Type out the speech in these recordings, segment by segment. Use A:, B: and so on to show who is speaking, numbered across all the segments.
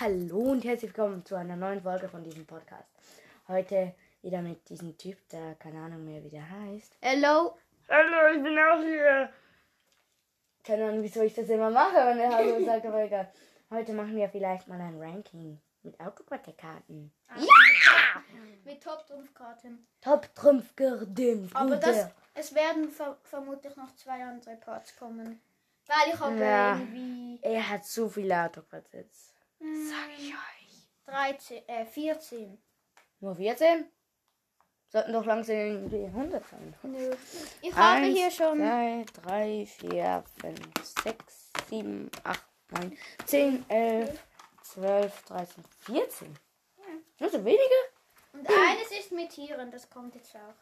A: Hallo und herzlich willkommen zu einer neuen Folge von diesem Podcast. Heute wieder mit diesem Typ, der keine Ahnung mehr wie der heißt.
B: Hello.
A: Hallo, ich bin auch hier. Keine Ahnung, wieso ich das immer mache, wenn er Hallo sagt, aber egal. Heute machen wir vielleicht mal ein Ranking mit Autobatekarten.
B: Mit Top 5 Karten.
A: Top Trumpf Gerdimpf.
B: Aber das, es werden ver vermutlich noch zwei andere Parts kommen. Weil ich habe
A: Ja.
B: irgendwie
A: Er hat so viele Autobats jetzt.
B: mh, 13, äh, 14.
A: Nur 14? Sollten doch langsam die 100 sein.
B: Nö. Ich habe
A: Eins,
B: hier schon
A: Zwei, drei, vier, fünf, sechs, sieben, acht, neun, zehn, elf, zwölf, dreizehn, vierzehn. Nur so wenige?
B: und eines ist mit Tieren, das kommt jetzt auch.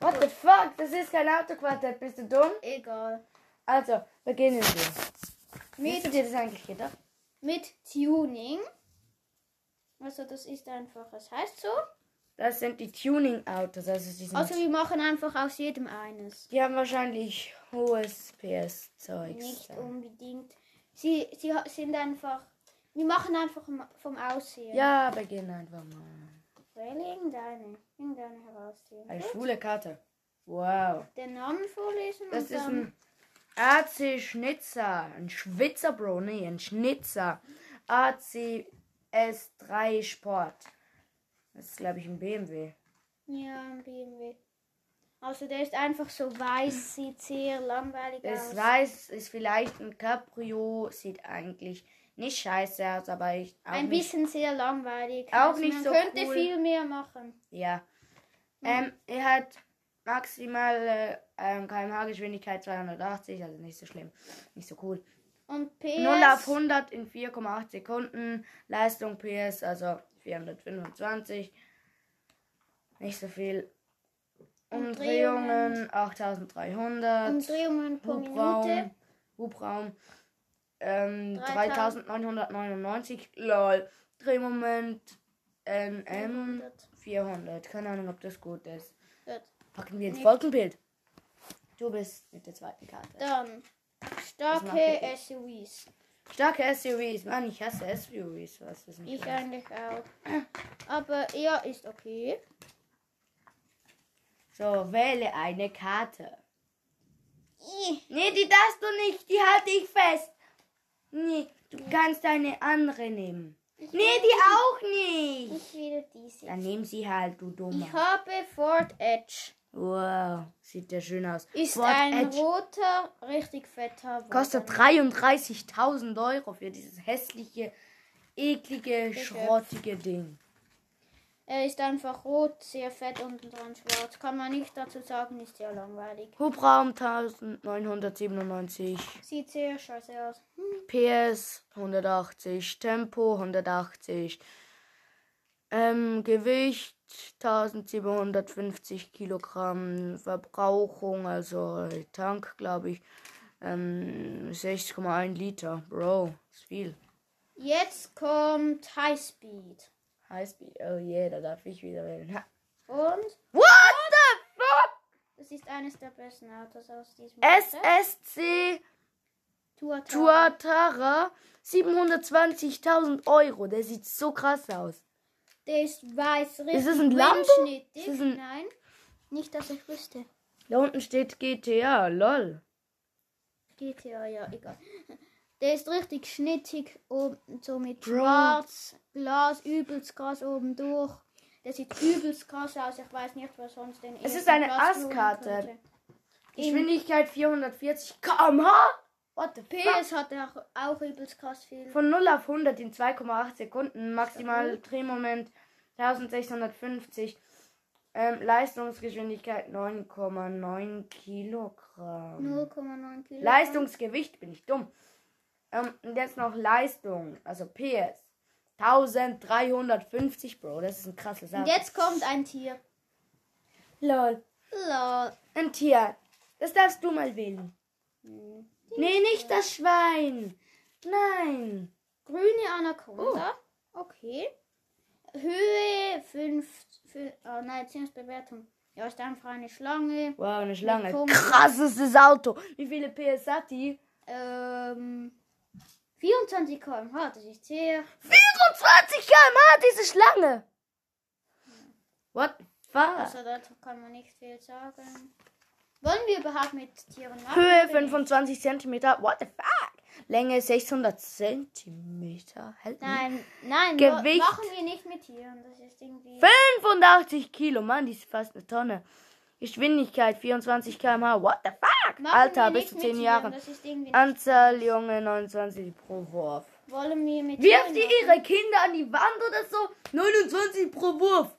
A: What the fuck? Das ist kein Autoquartett, bist du dumm?
B: Egal.
A: Also, beginnen wir. Wie hast du
B: Mit,
A: dir das eigentlich gedacht?
B: mit Tuning. Also das ist einfach, es heißt so.
A: Das sind die Tuning-Autos. Also die, sind,
B: Also wir machen einfach aus jedem eines.
A: die haben wahrscheinlich hohes PS-Zeugs.
B: Nicht unbedingt. Sie, sie ha- sind einfach, wir machen einfach vom- vom Aussehen.
A: Ja, beginn einfach mal.
B: Wähle irgendeine, irgendeine herausziehen.
A: Eine schwule Karte. Wow.
B: Den Namen vorlesen
A: Das
B: und
A: ist
B: dann
A: ein AC Schnitzer, ein Schwitzer Bro, nee, ein Schnitzer. ACS 3 Sport. Das ist, glaube ich, ein BMW.
B: ja, ein BMW. Also der ist einfach so weiß, sieht sehr langweilig
A: Das
B: aus.
A: weiß ist vielleicht ein Cabrio, sieht eigentlich nicht scheiße aus, aber ich auch
B: Ein
A: nicht.
B: bisschen sehr langweilig.
A: Auch
B: also
A: nicht
B: man
A: so
B: könnte
A: cool.
B: viel mehr machen.
A: Ja.
B: Hm.
A: Ähm, er hat maximale ähm, kmh-Geschwindigkeit 280, also nicht so schlimm, nicht so cool.
B: Und PS
A: 0 auf 100 in 4,8 Sekunden. Leistung PS, also 425. Nicht so viel. Umdrehungen 8300.
B: Umdrehungen pro Minute.
A: Hubraum. Hubraum. Ähm,
B: 3000.
A: 3999. Lol. Drehmoment NM
B: 400.
A: 400. Keine Ahnung, ob das gut ist.
B: Gut.
A: Packen wir ins
B: Nicht.
A: Wolkenbild. Du bist mit der zweiten Karte.
B: Dann
A: Das macht
B: starke
A: ihr.
B: SUVs.
A: Starke SUVs. Mann, ich hasse SUVs. Was ist
B: Ich
A: nicht alles.
B: eigentlich auch. Aber er ist okay.
A: So, wähle eine Karte.
B: Ih,
A: Nee, die darfst du nicht. Die halte ich fest. Nee, du kannst eine andere nehmen. Nee, die auch nicht.
B: Ich will diese.
A: Dann nimm sie halt, du
B: Ich
A: Dummer.
B: habe Ford Edge.
A: Wow, sieht ja schön aus.
B: Ist
A: Ford
B: ein
A: Edge.
B: roter, richtig fetter Wagen.
A: Kostet 33.000 Euro für dieses hässliche, eklige, schrottige Ding.
B: Er ist einfach rot, sehr fett und dran schwarz. Kann man nicht dazu sagen, ist sehr langweilig.
A: Hubraum 1997.
B: Sieht sehr scheiße aus.
A: PS 180, Tempo 180, ähm, Gewicht 1750 Kilogramm, Verbrauchung, also Tank, glaube ich, ähm, 6,1 Liter. Bro, ist viel.
B: Jetzt kommt Highspeed.
A: Highspeed, oh yeah, da darf ich wieder wählen. Ha.
B: Und
A: What the fuck?
B: das ist eines der besten Autos aus diesem
A: SSC
B: Tour. Tour.
A: Tuatara, 720.000 Euro. Der sieht so krass aus.
B: Der ist weiß, richtig.
A: Ist es ein Lambo?
B: windschnittig.
A: Ist es ein-
B: Nein, nicht, dass ich wüsste.
A: Da unten steht GTA, lol.
B: GTA, ja, egal. Der ist richtig schnittig, oben so mit
A: Bro.
B: Schwarz, Glas, übelst krass oben durch. Der sieht übelst krass aus, ich weiß nicht, was sonst den
A: Es
B: ersten
A: ist eine
B: Platz holen
A: Asskarte.
B: könnte.
A: Geschwindigkeit 440 km/h? What the fuck?
B: PS hat er auch- auch übelst krass viel.
A: Ah. Von 0 auf 100 in 2,8 Sekunden, maximal Drehmoment 1650, ähm, Leistungsgeschwindigkeit 9,9 Kilogramm.
B: 0,9 Kilo.
A: Leistungsgewicht bin ich dumm. Ähm, und jetzt noch Leistung, also PS 1350, Bro, das ist ein krasses
B: Und
A: Auto.
B: jetzt kommt ein Tier.
A: Lol,
B: Lol.
A: ein Tier. Das darfst du mal wählen. Nee, nicht das Schwein. Nein.
B: Grüne Anaconda.
A: Oh.
B: Okay. Höhe 5. Oh nein, Bewertung. Ja, ist einfach eine Schlange.
A: Wow, eine Schlange.
B: Punkt.
A: Krassestes Auto. Wie viele PS hat die?
B: Ähm, 24 km/h, das ist sehr.
A: 24 km/h diese Schlange. What the fuck?
B: Also dazu kann man nicht viel sagen. Wollen wir überhaupt mit Tieren machen?
A: Höhe
B: oder nicht?
A: 25 cm. What the fuck? Länge 600 cm. Hält nicht.
B: Nein, nein,
A: Gewicht.
B: Gewicht. machen wir nicht mit Tieren. Das ist irgendwie.
A: 85 Kilo, Mann, die ist fast eine Tonne. Geschwindigkeit 24 km/h. What the fuck?
B: Machen
A: Alter,
B: wir
A: bis
B: nicht
A: zu
B: mit
A: 10
B: Tieren,
A: Jahren.
B: Das ist irgendwie nicht.
A: Anzahl Junge 29 pro Wurf.
B: Wollen wir mit
A: Wirft
B: Tieren
A: ihr
B: machen?
A: ihre Kinder an die Wand oder so? 29 pro Wurf.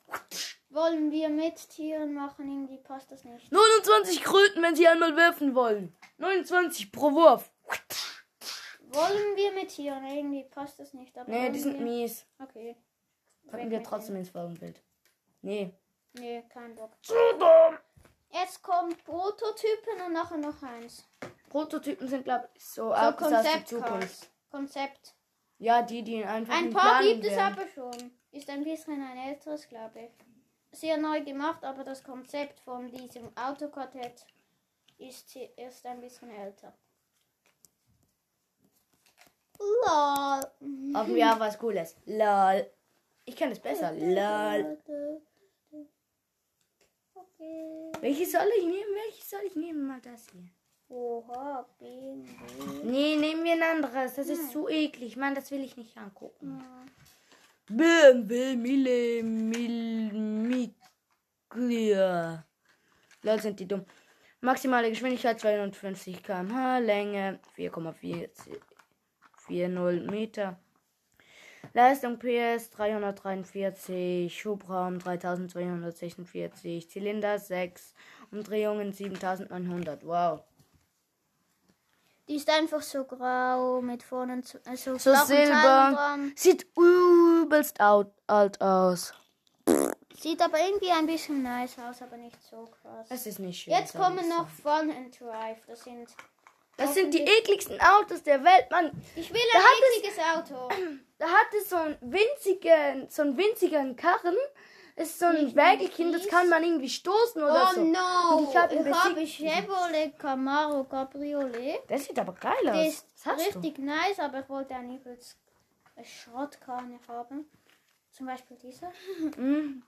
B: Wollen wir mit Tieren machen? Irgendwie passt das nicht.
A: 29 Kröten, wenn sie einmal werfen wollen. 29 pro Wurf.
B: Wollen wir mit Tieren? Irgendwie passt das nicht. Aber
A: Nee,
B: wollen
A: die sind
B: wir?
A: mies.
B: Okay.
A: Packen
B: Weg
A: wir
B: mit
A: trotzdem ins Folgenbild. Nee.
B: denen. Nee, kein Bock.
A: Zu dumm.
B: Jetzt kommt Prototypen und nachher noch eins.
A: Prototypen sind, glaube ich, so,
B: So
A: abgesagt die Zukunft.
B: Konzeptcars. Konzept.
A: Ja, die, die einfach
B: Ein
A: nicht
B: paar
A: planen
B: gibt es
A: werden.
B: aber schon. Ist ein bisschen ein älteres, glaube ich. Sehr neu gemacht, aber das Konzept von diesem Autoquartett ist, ist ein bisschen älter. Lol.
A: Hoffen wir auf was Cooles. Lol. Ich kann es besser. Lol.
B: Okay.
A: Welches soll ich nehmen? Welches soll ich nehmen? Mal das hier.
B: Oha, BMW.
A: Nee, nehmen wir ein anderes. Das ist zu eklig. Mann, das will ich nicht angucken.
B: Ja.
A: BMW Mille Millimiklia. Leute, sind die dumm. Maximale Geschwindigkeit 52 km/h, Länge 4,40 Meter. Leistung PS 343, Hubraum 3246, Zylinder 6, Umdrehungen 7900. Wow.
B: Die ist einfach so grau mit vorne zu- äh, so,
A: So
B: flachen Teilen
A: silber.
B: dran.
A: Sieht übelst out, alt aus.
B: Sieht aber irgendwie ein bisschen nice aus, aber nicht so krass.
A: Das ist nicht schön.
B: Jetzt
A: soll ich
B: kommen noch
A: sagen.
B: Fun and Drive. Das sind.
A: Das sind die ekligsten Autos der Welt, Mann.
B: Ich will
A: Da hat
B: ein
A: es-
B: richtiges Auto.
A: Da hat es so einen winzigen, so einen winzigen Karren. Ist so ein Wägelchen, das kann man irgendwie stoßen oder
B: Oh
A: so.
B: no!
A: Ich hab ein
B: Ich habe
A: bisschen-
B: Chevrolet Camaro Cabriolet.
A: Das sieht aber geil
B: Der
A: aus.
B: ist
A: Was hast du?
B: richtig nice, aber ich wollte einen übelst eine Schrottkarre haben. Zum Beispiel dieser.
A: Mm.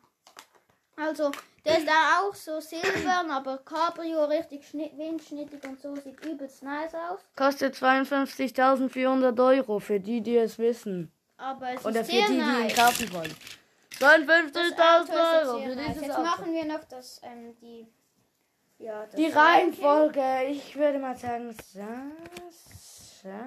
B: Also, der ist da auch so silbern, aber Cabrio richtig schnitt, windschnittig und so. Sieht übelst nice aus.
A: Kostet 52.400 Euro für die, die es wissen.
B: Aber es
A: Oder
B: ist
A: für
B: sehr
A: die, die ihn
B: nice.
A: kaufen wollen.
B: Das Auto
A: 52.000
B: ist
A: Euro
B: sehr
A: für
B: nice.
A: dieses
B: Jetzt
A: Auto.
B: machen wir noch das, ähm, die, ja, das
A: Die
B: Ranking.
A: Reihenfolge, ich würde mal sagen, sa, sa,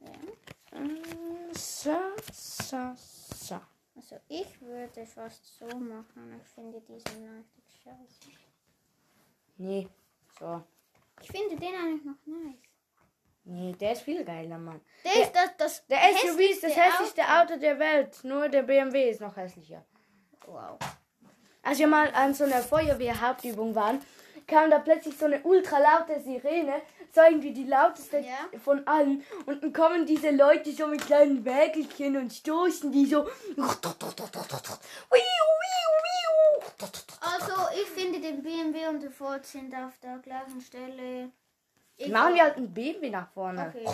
B: Ja.
A: mm, sa, sa, sa.
B: Also ich würde fast so machen. Ich finde diesen richtig scheiße.
A: Nee, so.
B: Ich finde den eigentlich noch nice.
A: Nee, der ist viel geiler, Mann.
B: Der, ist das, das
A: Der SUV ist das hässlichste
B: Auto.
A: Auto. der Welt. Nur der BMW ist noch hässlicher.
B: Wow.
A: Als wir mal an so einer Feuerwehrhauptübung waren, kam da plötzlich so eine ultra laute Sirene. So irgendwie die lauteste
B: Ja.
A: von allen. Und dann kommen diese Leute so mit kleinen Wägelchen und stoßen die so.
B: Also ich finde den BMW und den Ford sind auf der gleichen Stelle. Ich-
A: Machen wir halt ein BMW nach vorne.
B: Okay.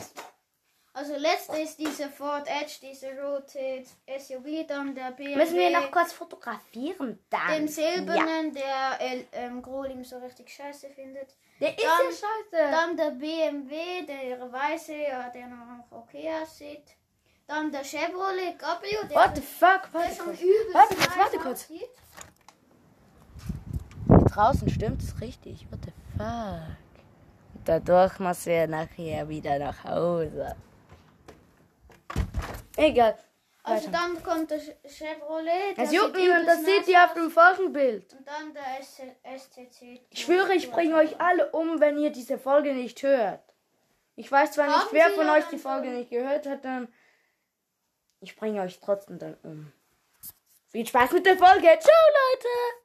B: Also letzte ist diese Ford Edge, diese rote SUV, dann der BMW.
A: Müssen wir noch kurz fotografieren dann?
B: den
A: Ja.
B: silbernen, der El- ähm, Grolim so richtig scheiße findet.
A: Der ist
B: Dann-
A: ja scheiße.
B: Dann der BMW, der weiße, ja, der noch okay aussieht. Dann der Chevrolet Cabrio, der,
A: What the fuck?
B: der
A: Warte
B: schon
A: kurz.
B: übelst
A: Warte kurz,
B: nice
A: warte kurz.
B: aussieht.
A: Draußen stimmt es richtig. What the fuck? Dadurch muss wir nachher wieder nach Hause. Egal.
B: Also
A: Weiter.
B: dann kommt der Ch- Chevrolet. der
A: Es juckt
B: sieht
A: niemand, das
B: übelst
A: seht
B: nice
A: ihr auf
B: aus.
A: dem Folgenbild.
B: Und dann der SC SCC.
A: Ich schwöre, ich bringe euch alle um, wenn ihr diese Folge nicht hört. Ich weiß zwar nicht,
B: Haben
A: wer
B: Sie
A: von
B: ja
A: euch
B: dann
A: die Folge
B: schon-
A: nicht gehört hat, dann. Ich bringe euch trotzdem dann um. Viel Spaß mit der Folge. Ciao, Leute!